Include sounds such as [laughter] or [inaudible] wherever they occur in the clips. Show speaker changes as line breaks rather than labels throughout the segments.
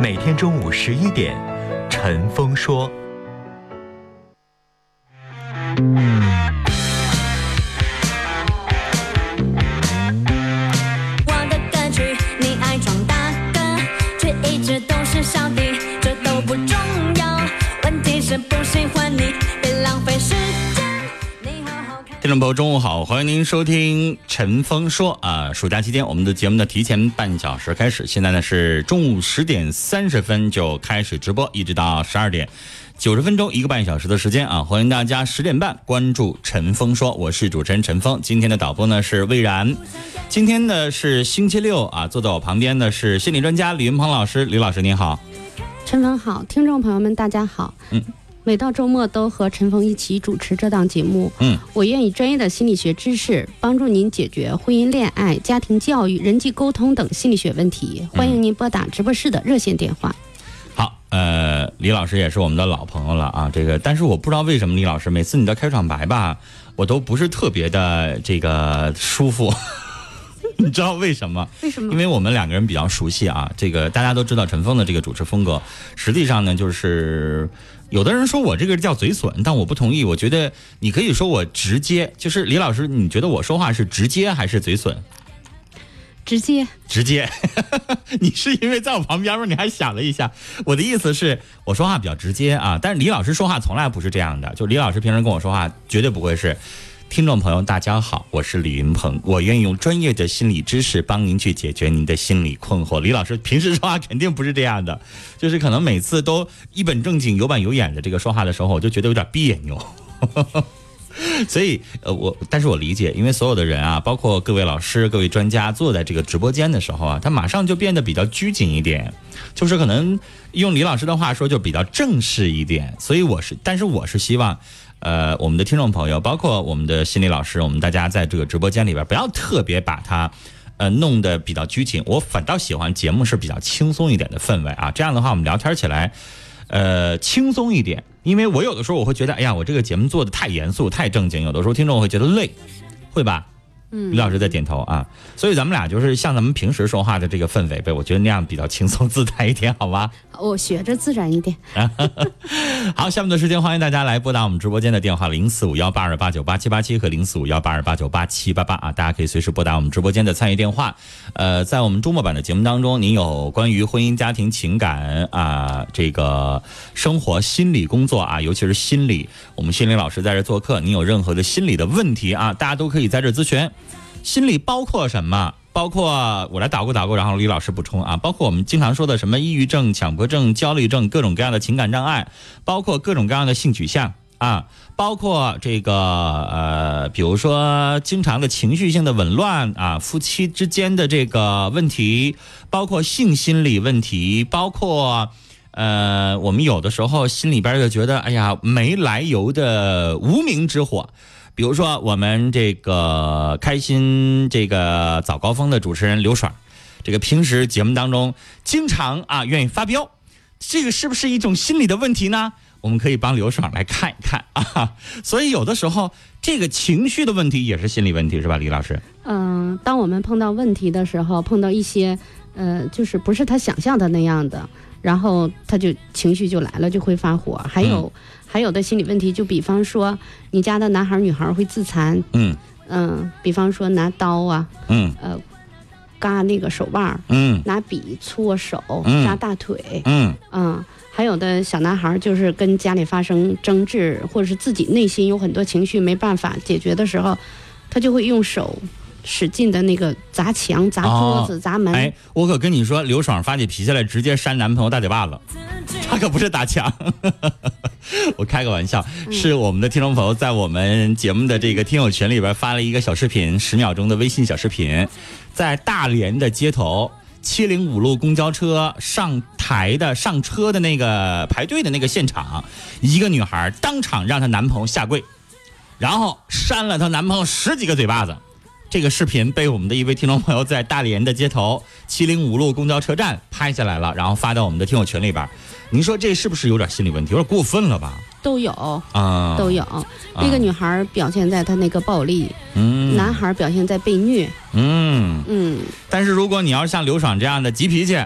每天中午十一点，陈峰说。
我的歌曲你爱装大哥，却一直都是小弟，这都不重要。问题是不喜欢你，别浪费时间。你好好看。
听众朋友，中午好，欢迎您收听《陈峰说》啊。暑假期间，我们的节目呢提前半小时开始，现在呢是中午十点三十分就开始直播，一直到十二点，九十分钟一个半小时的时间啊。欢迎大家十点半关注《陈峰说》，我是主持人陈峰。今天的导播呢是魏然，今天呢是星期六啊，坐在我旁边呢是心理专家李云鹏老师，李老师您好。
陈峰好，听众朋友们大家好。
嗯。
每到周末都和陈峰一起主持这档节目。
嗯，
我愿以专业的心理学知识帮助您解决婚姻、恋爱、家庭教育、人际沟通等心理学问题。欢迎您拨打直播室的热线电话。
好，呃，李老师也是我们的老朋友了啊。这个，但是我不知道为什么李老师每次你的开场白吧，我都不是特别的这个舒服。 [laughs] 你知道为什么？
为什
因
么？
为我们两个人比较熟悉啊，这个大家都知道陈峰的这个主持风格。实际上呢，就是有的人说我这个叫嘴损，但我不同意。我觉得你可以说我直接，就是李老师，你觉得我说话是直接还是嘴损？
直接
直接， [laughs] 你是因为在我旁边吗？你还想了一下。我的意思是，我说话比较直接啊，但是李老师说话从来不是这样的。就李老师平时跟我说话，绝对不会是。听众朋友，大家好，我是李云鹏，我愿意用专业的心理知识帮您去解决您的心理困惑。李老师平时说话肯定不是这样的，就是可能每次都一本正经、有板有眼的这个说话的时候，我就觉得有点别扭。 [laughs] 所以，呃，我但是我理解，因为所有的人啊，包括各位老师、各位专家，坐在这个直播间的时候啊，他马上就变得比较拘谨一点，就是可能用李老师的话说，就比较正式一点。所以我是，但是我是希望，呃，我们的听众朋友，包括我们的心理老师，我们大家在这个直播间里边，不要特别把它。呃，弄得比较拘谨，我反倒喜欢节目是比较轻松一点的氛围啊。这样的话，我们聊天起来，呃，轻松一点。因为我有的时候我会觉得，哎呀，我这个节目做的太严肃、太正经，有的时候听众会觉得累，会吧？嗯，李老师在点头啊。所以咱们俩就是像咱们平时说话的这个氛围呗，我觉得那样比较轻松自在一点，好吗？
哦我学着自然一点。
好，下面的时间欢迎大家来拨打我们直播间的电话零四五幺八二八九八七八七和零四五幺八二八九八七八八啊，大家可以随时拨打我们直播间的参与电话。呃，在我们周末版的节目当中，您有关于婚姻、家庭、情感啊，这个生活、心理、工作啊，尤其是心理，我们心理老师在这做客，您有任何的心理的问题啊，大家都可以在这咨询。心理包括什么？包括我来捣鼓捣鼓，然后李老师补充啊，包括我们经常说的什么抑郁症、强迫症、焦虑症，各种各样的情感障碍，包括各种各样的性取向啊，包括这个呃，比如说经常的情绪性的紊乱啊，夫妻之间的这个问题，包括性心理问题，包括。呃，我们有的时候心里边儿就觉得，哎呀，没来由的无名之火。比如说，我们这个开心这个早高峰的主持人刘爽，这个平时节目当中经常啊愿意发飙，这个是不是一种心理的问题呢？我们可以帮刘爽来看一看啊。 [laughs] 所以有的时候这个情绪的问题也是心理问题，是吧，李老师？
嗯、当我们碰到问题的时候，碰到一些，呃，就是不是他想象的那样的，然后他就情绪就来了，就会发火。还有，还有的心理问题，就比方说你家的男孩儿女孩儿会自残，
嗯
嗯、比方说拿刀啊，
嗯
呃，嘎那个手腕儿，
嗯
拿笔搓手
嗯、
扎大腿，
嗯
嗯，还有的小男孩儿就是跟家里发生争执，或者是自己内心有很多情绪没办法解决的时候，他就会用手使劲的那个砸墙、砸桌子、
哦
砸门。
哎，我可跟你说，刘爽发起脾气来，直接扇男朋友大嘴巴子。他可不是打墙， [laughs] 我开个玩笑，是我们的听众朋友在我们节目的这个听友群里边发了一个小视频，十秒钟的微信小视频，在大连的街头。七零五路公交车上台的上车的那个排队的那个现场，一个女孩当场让她男朋友下跪，然后扇了她男朋友十几个嘴巴子。这个视频被我们的一位听众朋友在大连的街头七零五路公交车站拍下来了，然后发到我们的听友群里边儿。您说这是不是有点心理问题？有点过分了吧？
都有，
啊，
都有。那个女孩儿表现在她那个暴力，男孩儿表现在被虐。
嗯。
嗯，
但是如果你要是像刘爽这样的急脾气，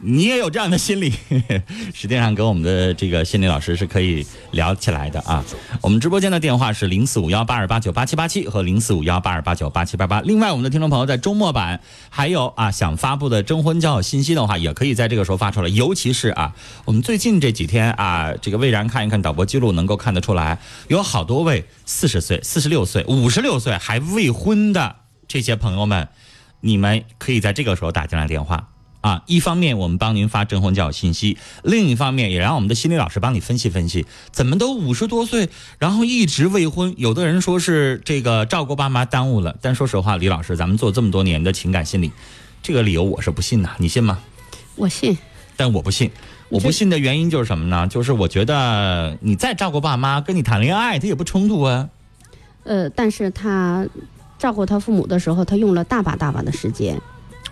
你也有这样的心理， [laughs] 实际上跟我们的这个心理老师是可以聊起来的啊。我们直播间的电话是零四五幺八二八九八七八七和零四五幺八二八九八七八八。另外，我们的听众朋友在周末版还有啊想发布的征婚交友信息的话，也可以在这个时候发出来。尤其是啊，我们最近这几天啊，这个魏然看一看导播记录，能够看得出来，有好多位四十岁、四十六岁、五十六岁还未婚的这些朋友们。你们可以在这个时候打进来电话啊。一方面我们帮您发征婚交友信息，另一方面也让我们的心理老师帮你分析分析，怎么都五十多岁，然后一直未婚。有的人说是这个照顾爸妈耽误了，但说实话，李老师，咱们做这么多年的情感心理，这个理由我是不信的，你信吗？
我信。
但我不信。我不信的原因就是什么呢？就是我觉得你再照顾爸妈，跟你谈恋爱，他也不冲突啊。
呃，但是她照顾她父母的时候，她用了大把大把的时间。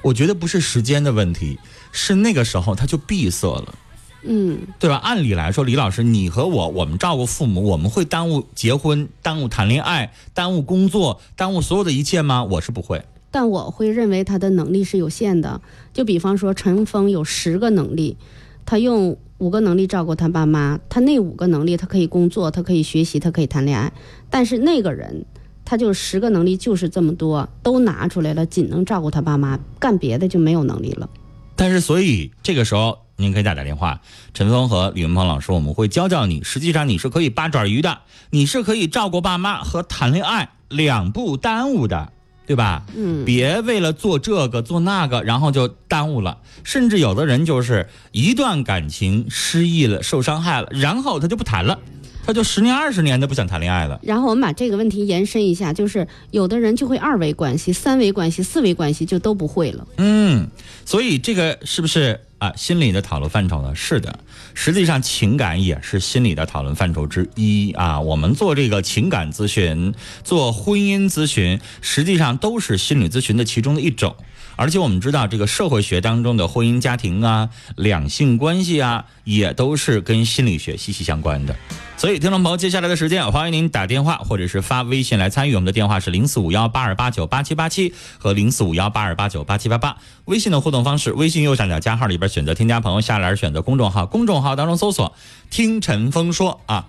我觉得不是时间的问题，是那个时候他就闭塞了。
嗯，
对吧？按理来说，李老师，你和我，我们照顾父母，我们会耽误结婚、耽误谈恋爱、耽误工作、耽误所有的一切吗？我是不会。
但我会认为他的能力是有限的。就比方说，陈峰有十个能力，他用五个能力照顾他爸妈，他那五个能力，他可以工作，他可以学习，他可以谈恋爱。但是那个人，他就十个能力就是这么多，都拿出来了，仅能照顾他爸妈，干别的就没有能力了。
但是，所以这个时候您可以打打电话，陈峰和李文鹏老师，我们会教教你。实际上，你是可以八爪鱼的，你是可以照顾爸妈和谈恋爱两不耽误的，对吧？
嗯，
别为了做这个做那个，然后就耽误了。甚至有的人就是一段感情失忆了、受伤害了，然后他就不谈了，他就十年二十年的不想谈恋爱了。
然后我们把这个问题延伸一下，就是有的人就会二维关系、三维关系、四维关系就都不会了。
嗯，所以这个是不是啊心理的讨论范畴啊呢？是的，实际上情感也是心理的讨论范畴之一啊。我们做这个情感咨询、做婚姻咨询，实际上都是心理咨询的其中的一种。而且我们知道，这个社会学当中的婚姻家庭啊、两性关系啊，也都是跟心理学息息相关的。所以，听众朋友，接下来的时间，欢迎您打电话或者是发微信来参与。我们的电话是零四五幺八二八九八七八七和零四五幺八二八九八七八八。微信的互动方式，微信右上角加号里边选择添加朋友，下栏选择公众号，公众号当中搜索“听陈峰说”啊，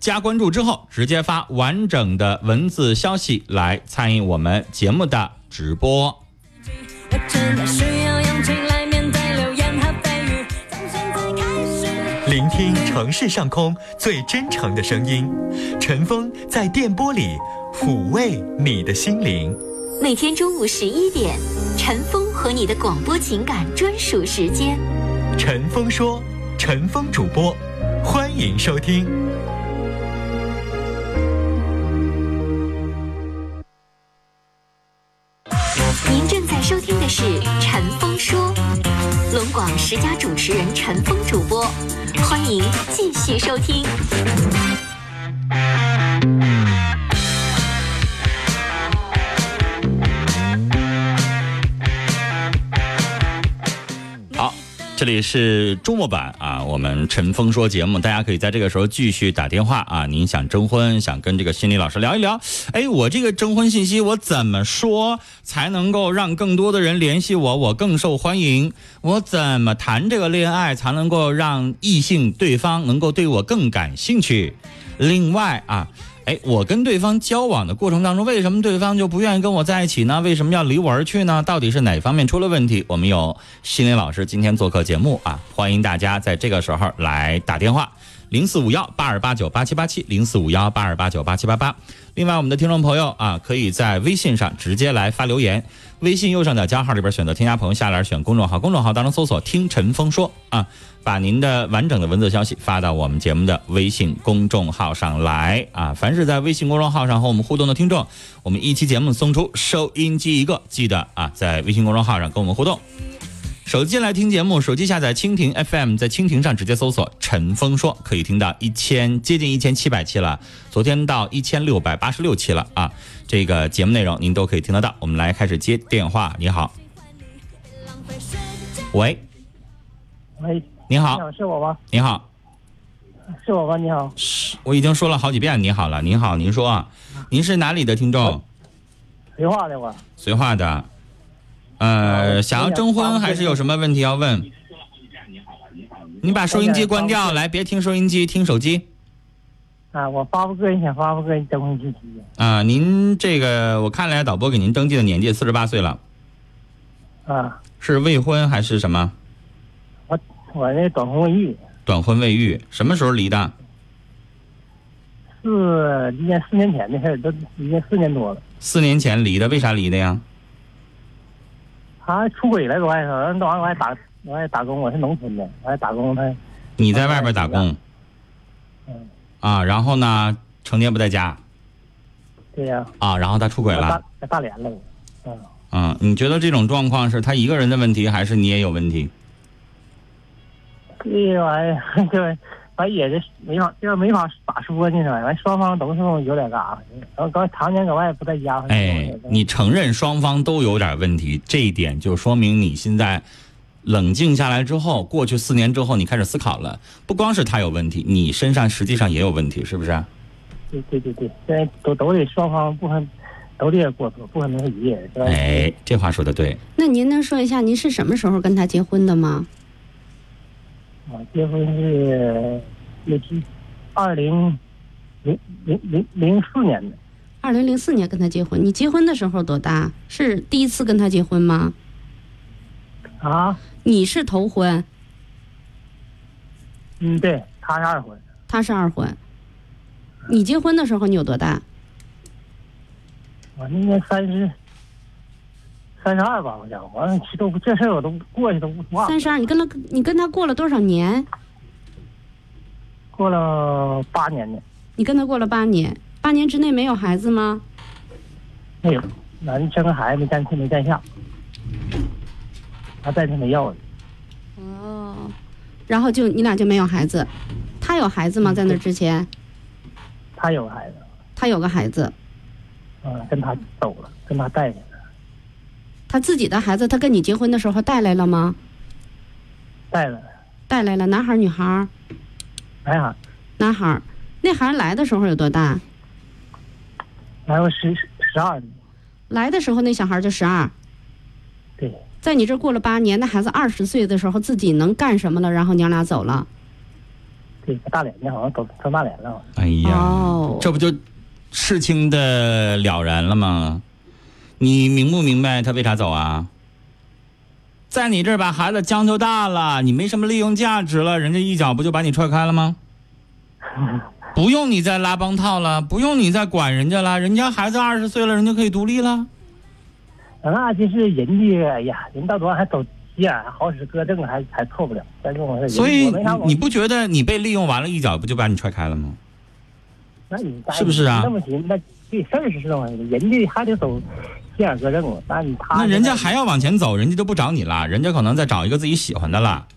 加关注之后，直接发完整的文字消息来参与我们节目的直播。
我真的需要勇气来面对流言和蜚语，从现在开始。
聆听城市上空最真诚的声音，陈峰在电波里抚慰你的心灵。
每天中午十一点，陈峰和你的广播情感专属时间。
陈峰说，陈峰主播，欢迎收听。
您正在收听的是《陈峰说》，龙广十佳主持人陈峰主播，欢迎继续收听。
嗯好，这里是周末版啊，我们陈峰说节目，大家可以在这个时候继续打电话啊。您想征婚，想跟这个心理老师聊一聊，哎，我这个征婚信息我怎么说才能够让更多的人联系我，我更受欢迎？我怎么谈这个恋爱才能够让异性对方能够对我更感兴趣？另外啊，哎，我跟对方交往的过程当中，为什么对方就不愿意跟我在一起呢？为什么要离我而去呢？到底是哪方面出了问题？我们有心理老师今天做客节目啊，欢迎大家在这个时候来打电话。零四五幺八二八九八七八七，零四五幺八二八九八七八八。另外，我们的听众朋友啊，可以在微信上直接来发留言，微信右上角加号里边选择添加朋友，下栏选公众号，公众号当中搜索“听陈峰说”啊，把您的完整的文字消息发到我们节目的微信公众号上来啊。凡是在微信公众号上和我们互动的听众，我们一期节目送出收音机一个，记得啊，在微信公众号上跟我们互动。手机来听节目，手机下载蜻蜓 FM，在蜻蜓上直接搜索“陈峰说”，可以听到一千接近一千七百期了，昨天到一千六百八十六期了啊！这个节目内容您都可以听得到。我们来开始接电话，你好，
浪费时间。
喂，
喂，
你
哎你
好，
好，是我吗？
你好，
是我吗？你好，
我已经说了好几遍你好了，您好，您说啊，您是哪里的听众？
绥化的我，
绥化的，呃，想要征婚还是有什么问题要问？你把收音机关掉，来，别听收音机，听手机。
啊，我发布个人想发布个人征婚信息，
啊，您这个我看了一下导播给您登记的年纪，四十八岁了，
啊，
是未婚还是什么
我我那短婚未育
短婚未育？什么时候离的？
是离年四年前的事儿，都已经四年多了。
四年前离的，为啥离的呀？
他出轨了，我还说，那完我还打我还打工，我是农村的，我还打工，他
你在外边打工，
嗯
啊，然后呢，成天不在家
对呀、
啊，然后他出轨
在大
了，
在大连了，我，嗯，
嗯，你觉得这种状况是他一个人的问题，还是你也有问题？
这玩意儿 [laughs] 就反正也是没法，就是没法咋说呢，这玩意儿完双方都是有点嘎，然后刚常年搁外不在家，
哎，你承认双方都有点问题，这一点就说明你现在冷静下来之后，过去四年之后，你开始思考了。不光是他有问题，你身上实际上也有问题，是不是？
对对对对，现在都都得双方不分，都得过错，不可能是一个人，是吧？
哎，这话说的对。
那您能说一下您是什么时候跟他结婚的吗？
我啊结婚是那七二零零零零零四年的，
二零零四年跟他结婚，你结婚的时候多大？是第一次跟他结婚吗？
啊，
你是头婚，
嗯，对，他是二婚，
他是二婚。你结婚的时候你有多大？
我那个三十三十二吧，好像，完了其实都这事儿我都过去都忘了
三，十二。你跟他你跟他过了多少年？
过了八年呢，
你跟他过了八年，八年之内没有孩子吗？
没有，男生孩子没占没占下，他再就没要了，
哦，然后就你俩就没有孩子，他有孩子吗？在那之前，
他有孩子，
他有个孩子，
嗯，跟他走了，跟他带去了，
他自己的孩子，他跟你结婚的时候带来了吗？
带了，
带来了，男孩儿女孩儿？
哎呀。
男孩儿。那孩儿来的时候有多大？
然后十十二年，
来的时候那小孩儿就十二，
对，
在你这儿过了八年，那孩子二十岁的时候自己能干什么了？然后娘俩走了。
对，大连的好像都上大连了，
哎呀，
哦
这不就事情的了然了吗？你明不明白他为啥走啊？在你这儿把孩子将就大了，你没什么利用价值了，人家一脚不就把你踹开了
[laughs]
吗？不用你再拉帮套了，不用你再管人家了，人家孩子二十岁了，人家可以独立了。
那就是人家，哎呀，人到头还走急眼，还好使搁正，还还错不了。再跟我说，
所以
我没啥
你你不觉得你被利用完了，一脚不就把你踹开了吗？
那你
是不是啊
那么寻，那这事儿是这么回事，人家还得走急眼搁正，那你他
那人家还要往前走，人家就不找你了，人家可能再找一个自己喜欢的了。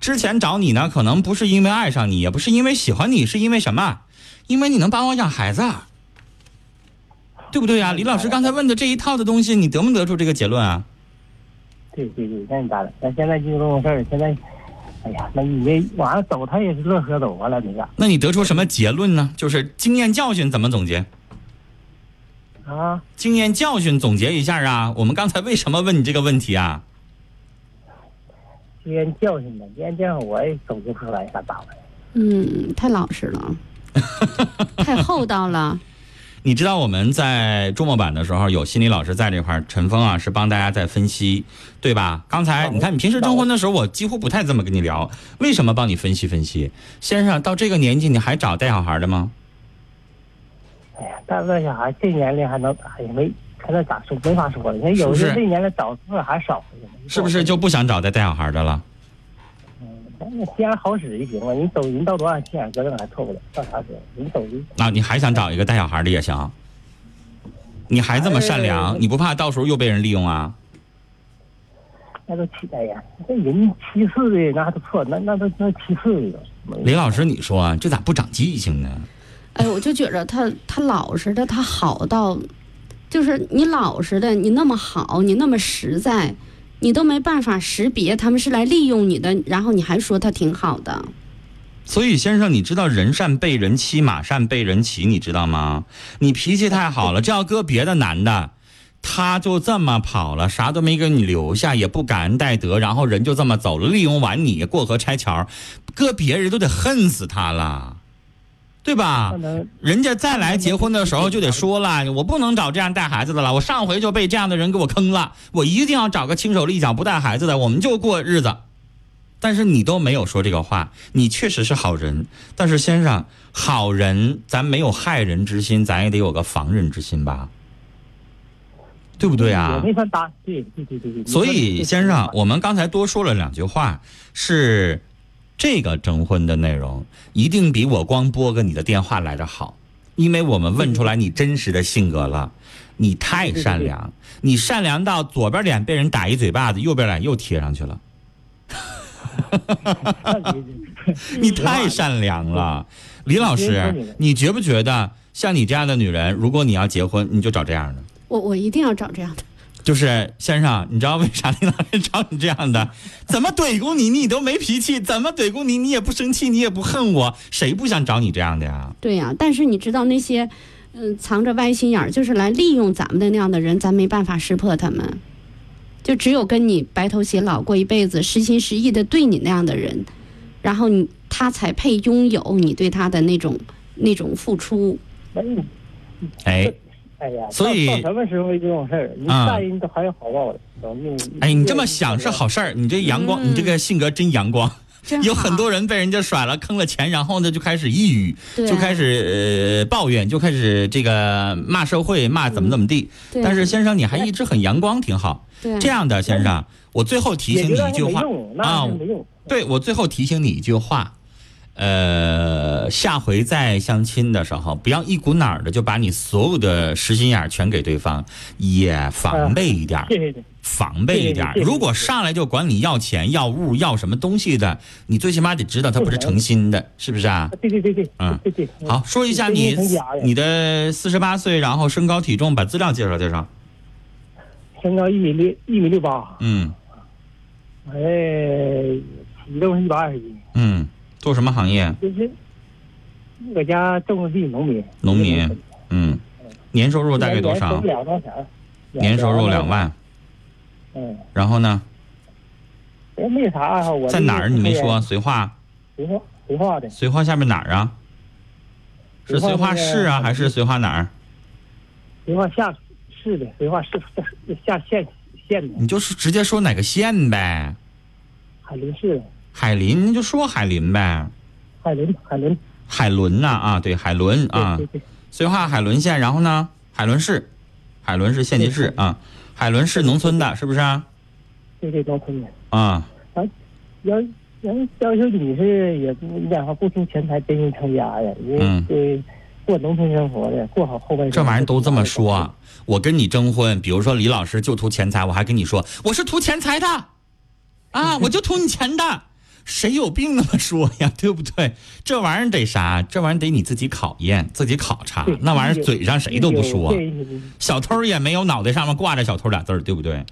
之前找你呢，可能不是因为爱上你，也不是因为喜欢你，是因为什么？因为你能帮我养孩子，啊对不对啊呀、李老师刚才问的这一套的东西，你得没得出这个结论啊？
对对对，让你咋的？那现在就这种事儿，现在，哎呀，那你这完了走，他也是乐呵走啊完了，你咋
那你得出什么结论呢？就是经验教训怎么总结？
啊？
经验教训总结一下啊！我们刚才为什么问你这个问题啊？
哎今天教训他，今天教训我也走不出来，啥咋办？
[laughs] 嗯，太老实了。太厚道了。
你知道我们在周末版的时候有心理老师在这块儿，陈峰啊是帮大家在分析，对吧？刚才你看你平时征婚的时候，我几乎不太这么跟你聊，为什么帮你分析分析？先生到这个年纪你还找带小孩的吗？
哎呀，但是小孩这年龄还能，哎呀没，还能咋说？没法说。你看
是
有
不是
的这年龄找字还少呢，
是不是就不想找带带小孩的了？
那心眼好使就行了。你走人到多少心眼搁那还错不了，上啥说？你走人
啊，你还想找一个带小孩的也行，你还这么善良，你不怕到时候又被人利用啊？
那都七，哎呀，那人七岁的那还不错，那那都那七岁的。
李老师，你说啊这咋不长记性呢？
哎，我就觉着他他老实的，他好到，就是你老实的，你那么好，你那么实在，你都没办法识别他们是来利用你的，然后你还说他挺好的。
所以先生，你知道人善被人欺，马善被人骑，你知道吗？你脾气太好了，这要搁别的男的，他就这么跑了，啥都没给你留下，也不感恩戴德，然后人就这么走了，利用完你过河拆桥，搁别人都得恨死他了，对吧？
那能
人家再来结婚的时候就得说了，我不能找这样带孩子的了，我上回就被这样的人给我坑了，我一定要找个轻手利脚不带孩子的，我们就过日子。但是你都没有说这个话，你确实是好人，但是先生，好人咱没有害人之心，咱也得有个防人之心吧，对不对啊？
也没法搭，对对对对对。
所以，先生，啊我们刚才多说了两句话，是这个征婚的内容一定比我光拨个你的电话来的好，因为我们问出来你真实的性格了。你太善良，你善良到左边脸被人打一嘴巴子，右边脸又贴上去了。你太善良了，李老师，嗯你觉不觉得像你这样的女人，如果你要结婚，你就找这样的？
我我一定要找这样的。
就是先生，你知道为啥领导人找你这样的？怎么怼咕你，你都没脾气；怎么怼咕你，你也不生气，你也不恨我。谁不想找你这样的呀？
对呀、但是你知道那些，嗯、藏着歪心眼儿，就是来利用咱们的那样的人，咱没办法识破他们，就只有跟你白头偕老过一辈子，实心实意的对你那样的人，然后你他才配拥有你对他的那种那种付出。
哎你
哎
哎呀，
所以
到到什么时候这种事儿，一
啊
善人都还有好报的。然后命
哎，你这么想是好事儿，你这阳光，
嗯
你这个性格真阳光。
真
有
好
很多人被人家甩了、坑了钱，然后呢就开始抑郁，
对啊
就开始呃抱怨，就开始这个骂社会、骂怎么怎么地。
对
但是先生，你还一直很阳光，挺好。
对
这样的先生，我最后提
也
醒
觉
你
得
一句话
没用，
啊
那是，没用。
对我最后提醒你一句话，呃，下回再相亲的时候，不要一股脑儿的就把你所有的实心眼儿全给对方，也防备一点儿，
谢谢你，
防备一点儿。
谢谢
如果上来就管你要钱、要物、要什么东西的，你最起码得知道他不是诚心的，是不是啊？
对对对对，
嗯
对对。
好，说一下你啊
这些很假呀
你的四十八岁，然后身高体重，把资料介绍介绍。
身高一米六一米六八，
嗯
哎，体重是一百二十斤，
嗯，做什么行业？
就是我家种的地，农民。
农民。嗯，年收入大概多少？啊
两万钱。
年收入两。万。
嗯，
然后呢，
也没啥爱好。我
在哪儿？你没
哎
说？？绥化，
绥化，绥化的，
绥化下面哪儿啊？是绥化市啊，还是绥化哪儿？
绥化下市的，绥化市下县县的，
你就是直接说哪个县呗，
海林市的，
海林你就说海林呗，
海林海林。
海伦呐啊，对，海伦啊
对，对对，
绥化海伦县，然后呢，海伦市，海伦市县级市啊，海伦市农村的，是不是啊？
对对，农村的。
啊，
要要要求你是也不你讲话不图钱财，真心成家的，因为
嗯
对过农村生活的，过好后半生。
这玩意儿都这么说啊。我跟你征婚，比如说李老师就图钱财，我还跟你说我是图钱财的，啊，
[laughs]
我就图你钱的，谁有病那么说呀，对不对？这玩意儿得啥？这玩意儿得你自己考验，自己考察
对，。
那玩意儿嘴上谁都不说，啊
对对对
小偷也没有脑袋上面挂着小偷俩字儿，对不对？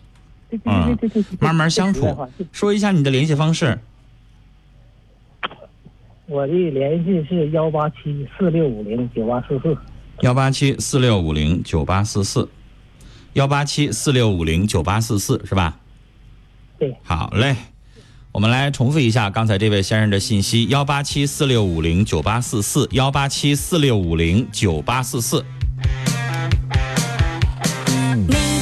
对对对对对，
嗯慢慢相
这实在
处
话这，
说一下你的联系方式，
我的联系是幺八七四六五零九八四四。
幺八七四六五零九八四四，幺八七四六五零九八四四是吧？
对，
好嘞，我们来重复一下刚才这位先生的信息：幺八七四六五零九八四四，幺八七四六五零九八四四。
你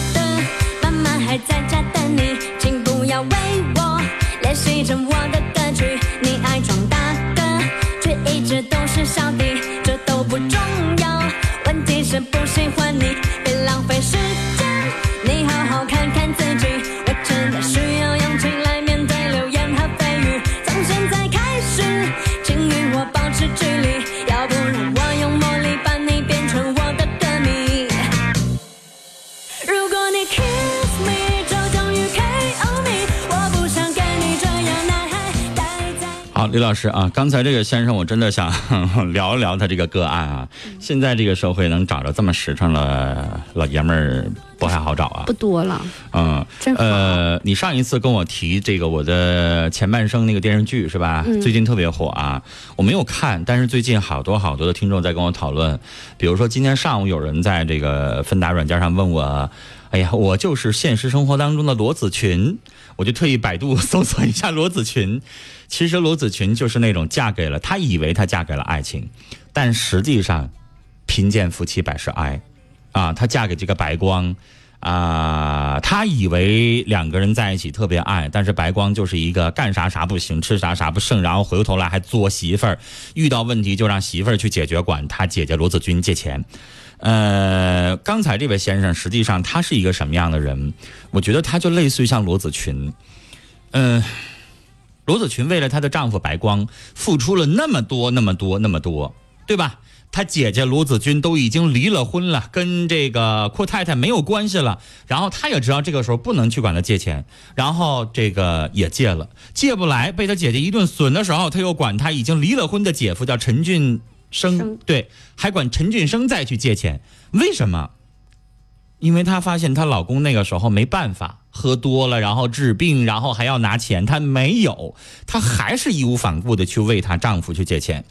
的妈妈还在家等你，请不要为我练习着我的歌曲。你爱装大哥，却一直都是小弟，这都不重要，问题是不喜欢你，别浪费时间，你好好看看自己。我真的需要勇气来面对流言和蜚语，从现在开始，请与我保持距离，要不然我用魔力把你变成我的歌迷。如果你 kiss me，就等于 KO 你。我不想跟你这样男孩待在。
好，李老师啊，刚才这个先生，我真的想 [laughs] 聊一聊他这个个案啊。现在这个社会能找着这么实诚的老爷们儿不太好找啊
不。多了，
嗯，
真好
呃，你上一次跟我提这个我的前半生那个电视剧是吧？
嗯
最近特别火啊，我没有看，但是最近好多好多的听众在跟我讨论，比如说今天上午有人在这个芬达软件上问我，哎呀，我就是现实生活当中的罗子群，我就特意百度搜索一下罗子群， [laughs] 其实罗子群就是那种嫁给了，她以为她嫁给了爱情，但实际上贫贱夫妻百事哀。啊，她嫁给这个白光，啊，她以为两个人在一起特别爱，但是白光就是一个干啥啥不行，吃啥啥不剩，然后回过头来还作媳妇儿，遇到问题就让媳妇儿去解决，管他姐姐罗子君借钱。呃，刚才这位先生实际上他是一个什么样的人？我觉得他就类似于像罗子群，嗯、罗子群为了她的丈夫白光付出了那么多、那么多、那么多，对吧？她姐姐罗子君都已经离了婚了，跟这个阔太太没有关系了。然后她也知道这个时候不能去管她借钱，然后这个也借了，借不来，被她姐姐一顿损的时候，她又管她已经离了婚的姐夫叫陈俊生
生，
对，还管陈俊生再去借钱，为什么？因为她发现她老公那个时候没办法，喝多了，然后治病，然后还要拿钱，她没有，她还是义无反顾的去为她丈夫去借钱。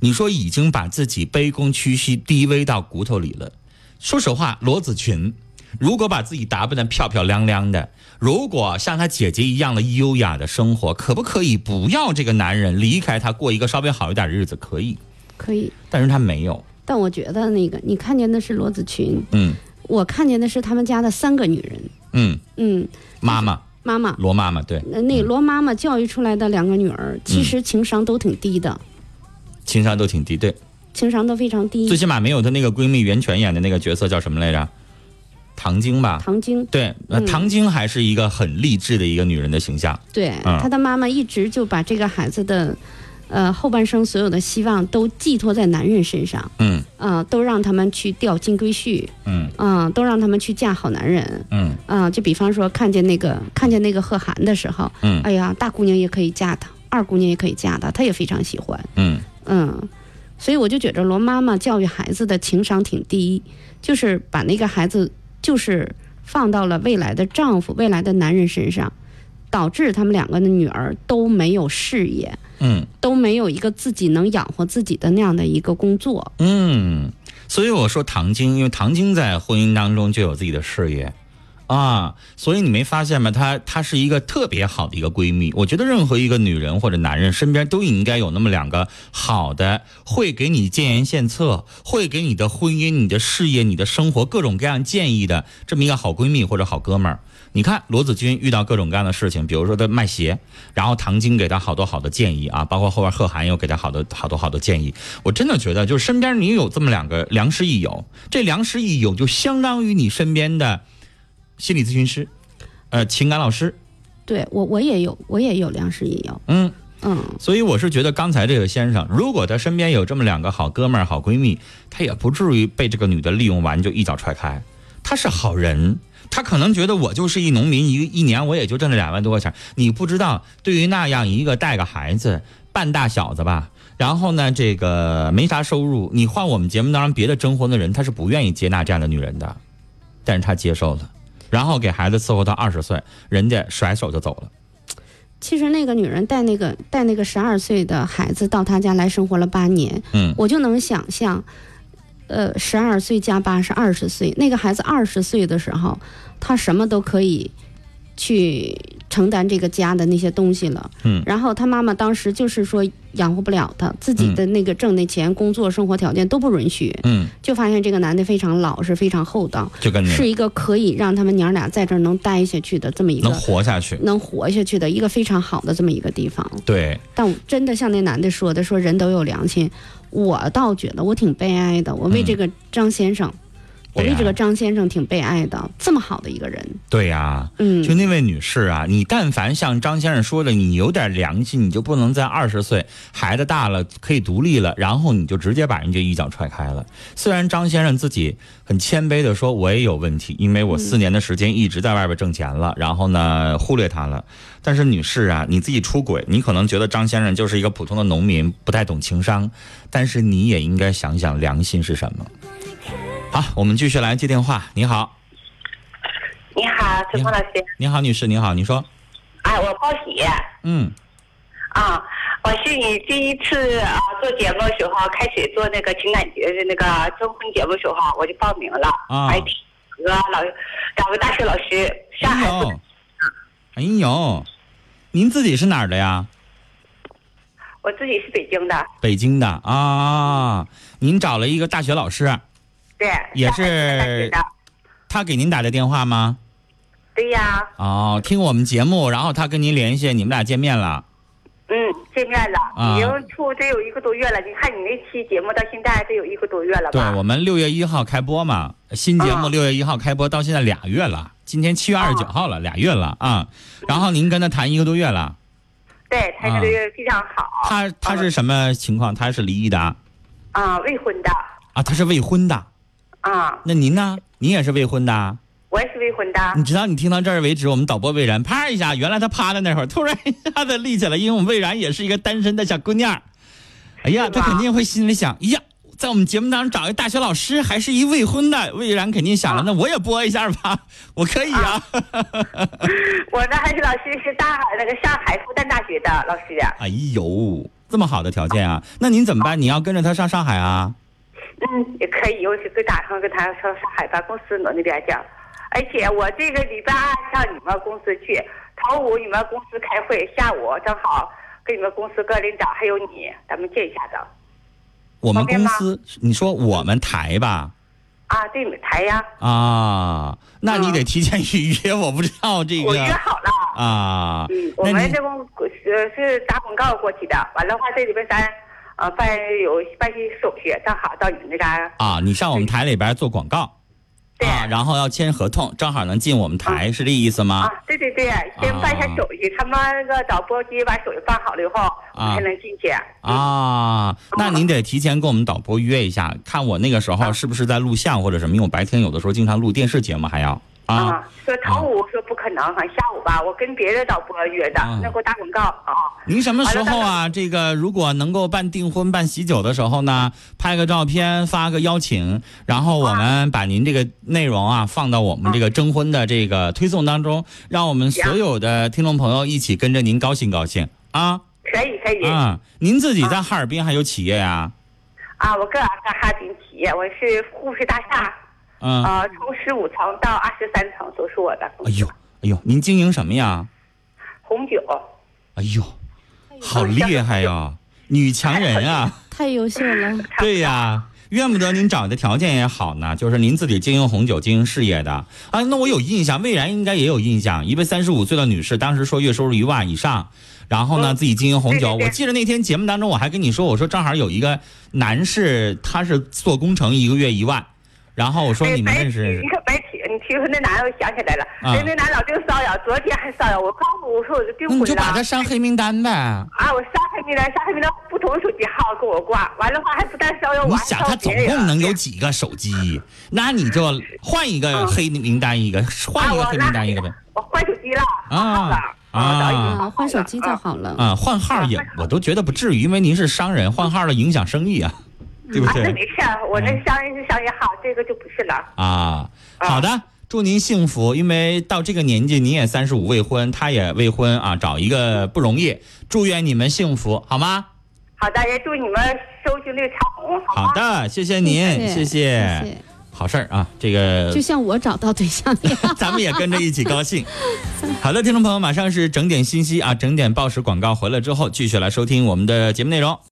你说已经把自己卑躬屈膝、低微到骨头里了。说实话，罗子群如果把自己打扮得漂漂亮亮的，如果像她姐姐一样的优雅的生活，可不可以不要这个男人，离开他，过一个稍微好一点的日子？可以，
可以。
但是她没有。
但我觉得那个你看见的是罗子群，
嗯
我看见的是他们家的三个女人，
嗯，
嗯，
妈妈
妈妈，
罗妈妈对，
那那罗妈妈教育出来的两个女儿，
嗯
其实情商都挺低的，
情商都挺低，对，
情商都非常低
最。起码没有她那个闺蜜袁泉演的那个角色叫什么来着？唐晶吧。
唐晶，
对，呃，
嗯
唐晶还是一个很励志的一个女人的形象。
对，
嗯
她的妈妈一直就把这个孩子的，呃，后半生所有的希望都寄托在男人身上，
嗯
嗯、都让他们去钓金龟婿，
嗯
嗯、都让他们去嫁好男人，
嗯
嗯、就比方说看见那个看见那个贺涵的时候，
嗯
哎呀，大姑娘也可以嫁他，二姑娘也可以嫁他，他也非常喜欢，
嗯
嗯，所以我就觉着罗妈妈教育孩子的情商挺低，就是把那个孩子就是放到了未来的丈夫、未来的男人身上，导致他们两个的女儿都没有事业，
嗯
都没有一个自己能养活自己的那样的一个工作。
嗯，所以我说唐晶，因为唐晶在婚姻当中就有自己的事业。啊，所以你没发现吗？她她是一个特别好的一个闺蜜。我觉得任何一个女人或者男人身边都应该有那么两个好的，会给你建言献策，会给你的婚姻、你的事业、你的生活各种各样建议的这么一个好闺蜜或者好哥们儿。你看罗子君遇到各种各样的事情，比如说她卖鞋，然后唐晶给她好多好的建议啊，包括后边贺涵又给她好多好多好多建议。我真的觉得，就是身边你有这么两个良师益友，这良师益友就相当于你身边的。心理咨询师，呃，情感老师。
对我，我也有，我也有粮食也有，
嗯，
嗯，
所以我是觉得刚才这位先生，如果他身边有这么两个好哥们儿、好闺蜜，他也不至于被这个女的利用完就一脚踹开。他是好人，他可能觉得我就是一农民，一一年我也就挣了两万多块钱。你不知道，对于那样一个带个孩子、半大小子吧，然后呢，这个没啥收入，你换我们节目当中别的征婚的人，他是不愿意接纳这样的女人的，但是他接受了，然后给孩子伺候到二十岁，人家甩手就走了。
其实那个女人带那个带那个十二岁的孩子到她家来生活了八年，
嗯
我就能想象，呃，十二岁加八是二十岁，那个孩子二十岁的时候，他什么都可以去承担这个家的那些东西了。
嗯
然后他妈妈当时就是说养活不了他，自己的那个挣那钱、工作、生活条件都不允许，
嗯，
就发现这个男的非常老实，非常厚道，
就跟你
是一个可以让他们娘俩在这儿能待下去的这么一
能
个。
活下去。
能活下去的一个非常好的这么一个地方，
对，
但我真的像那男的说的，说人都有良心，我倒觉得我挺悲哀的，我为这个张先生，我
悲
为
哀
这个张先生挺悲哀的，这么好的一个人，
对呀、
嗯，
就那位女士啊，你但凡像张先生说的，你有点良心，你就不能在二十岁孩子大了可以独立了，然后你就直接把人家一脚踹开了。虽然张先生自己很谦卑的说，我也有问题，因为我四年的时间一直在外边挣钱了，然后呢忽略他了。但是女士啊，你自己出轨，你可能觉得张先生就是一个普通的农民，不太懂情商，但是你也应该想想良心是什么。好，我们继续来接电话。你好，
你好，陈峰老师，
你好，女士，你好，你说，
哎，我报喜
嗯。
啊！我是你第一次啊做节目的时候，开始做那个情感节的那个征婚节目的时候，我就报名了。
啊
哎，和老咱们大学老师，上海
哎呦，哎呦，您自己是哪儿的呀？
我自己是北京的，
北京的啊。您找了一个大学老师，
对，
也是
上海大学的。
他给您打的电话吗？
对呀，
哦，听我们节目，然后他跟您联系，你们俩见面了。
嗯，见面了，
啊
已经处得有一个多月了。你看你那期节目到现在得有一个多月了
对
吧？，
我们六月一号开播嘛，新节目
啊
六月一号开播，到现在俩月了，今天七月二十九号了，俩月了啊。然后您跟他谈一个多月了，
对，他
啊
这个月非常好。
他他是什么情况？他是离异的啊
啊，未婚的
啊，他是未婚的。
啊，
那您呢？您也是未婚的啊？
我也是未婚的。
你知道，你听到这儿为止，我们导播魏然啪一下，原来他趴在那会儿，突然一下子立起来，因为我们魏然也是一个单身的小姑娘儿。哎呀，
是
他
吧
肯定会心里想，哎呀，在我们节目当中找一大学老师，还是一未婚的，魏然肯定
啊
想了，那我也播一下吧，我可以啊。
[laughs] 我的还是老师是大海那个上海复旦大学的老师，
[laughs]
啊
哎呦，这么好的条件啊，那您怎么办？你要跟着他上上海啊？
嗯，也可以，我就打算跟他上上海办公室呢那边去，而且我这个礼拜二上你们公司去，头午你们公司开会，下午正好跟你们公司各领导还有你，咱们见一下子。
我们
方便
公
吗
司，你说我们台吧？
啊，对，你们台呀，
啊，那你
嗯
得提前预约，我不知道这
我约
个
好了。
啊。
嗯，我
哎那
们
你
这公呃是打广告过去的，完了话这里边咱呃办有办些手续，正好到你们那嘎。
啊，你上我们台里边做广告，
对
啊，然后要签合同，正好能进我们台，是这意思吗
啊？，对对对，先办一下手续，他们那个导播机把手续办好了以后，我
啊
才能进去。
啊，那您得提前跟我们导播约一下，看我那个时候是不是在录像或者什么，因为我白天有的时候经常录电视节目，还要啊，
啊，说头午说不可能，好像下午吧，我跟别的导播约的
啊，
那给我打广告啊。
您什么时候啊？这个如果能够办订婚、办喜酒的时候呢，拍个照片，发个邀请，然后我们把您这个内容啊放到我们这个征婚的这个推送当中，让我们所有的听众朋友一起跟着您高兴高兴啊。
可以可以
啊，您自己在哈尔滨还有企业呀、
啊，我个人在哈尔滨企业，我是护士大厦，
嗯，哎
呃，从十五层到二十三层都是我的公司。
呦，哎呦，您经营什么呀？
红酒，
哎呦，好厉
哎
害呀、女强人啊！
太优秀了，
对呀、怨不得您找的条件也好呢，就是您自己经营红酒、经营事业的啊。那我有印象，魏然应该也有印象，一位三十五岁的女士，当时说月收入一万以上，然后呢自己经营红酒。
嗯对对对
我记得那天节目当中我还跟你说，我说正好有一个男士，他是做工程，一个月一万，然后我说
哎
你们
白
认识认识
提，你。可 [laughs] 白提，你提说那男的，我想起来了，哎
啊
那那男老丁骚扰，昨天还骚扰我，告诉我说我就订婚
你
了。
就把他删黑名单呗。
啊，我上海没来，上海没来不同手机号给我挂，完了话还不但骚扰我，
你
还
想
骚
他
扰
总
别人
共能有几个手机？那你就换一个黑名单一个，换一个黑名单一个呗。
嗯啊我换手机了，
啊啊
啊，换手机就好了。
啊，换号也我都觉得不至于，因为您是商人，换号了影响生意啊，对不
啊，那
对？
没事儿，我
嗯
那商业是商业号，这个就不是了。
啊，好的。祝您幸福，因为到这个年纪，您也三十五未婚，他也未婚啊，找一个不容易。祝愿你们幸福，好吗？
好的，也祝你们收听率长虹，好吗？啊
好的，谢谢您，
谢谢
谢
谢。
好事儿啊，这个
就像我找到对象一样。
[laughs] 咱们也跟着一起高兴。好的，听众朋友，马上是整点信息啊，整点报时广告回来之后，继续来收听我们的节目内容。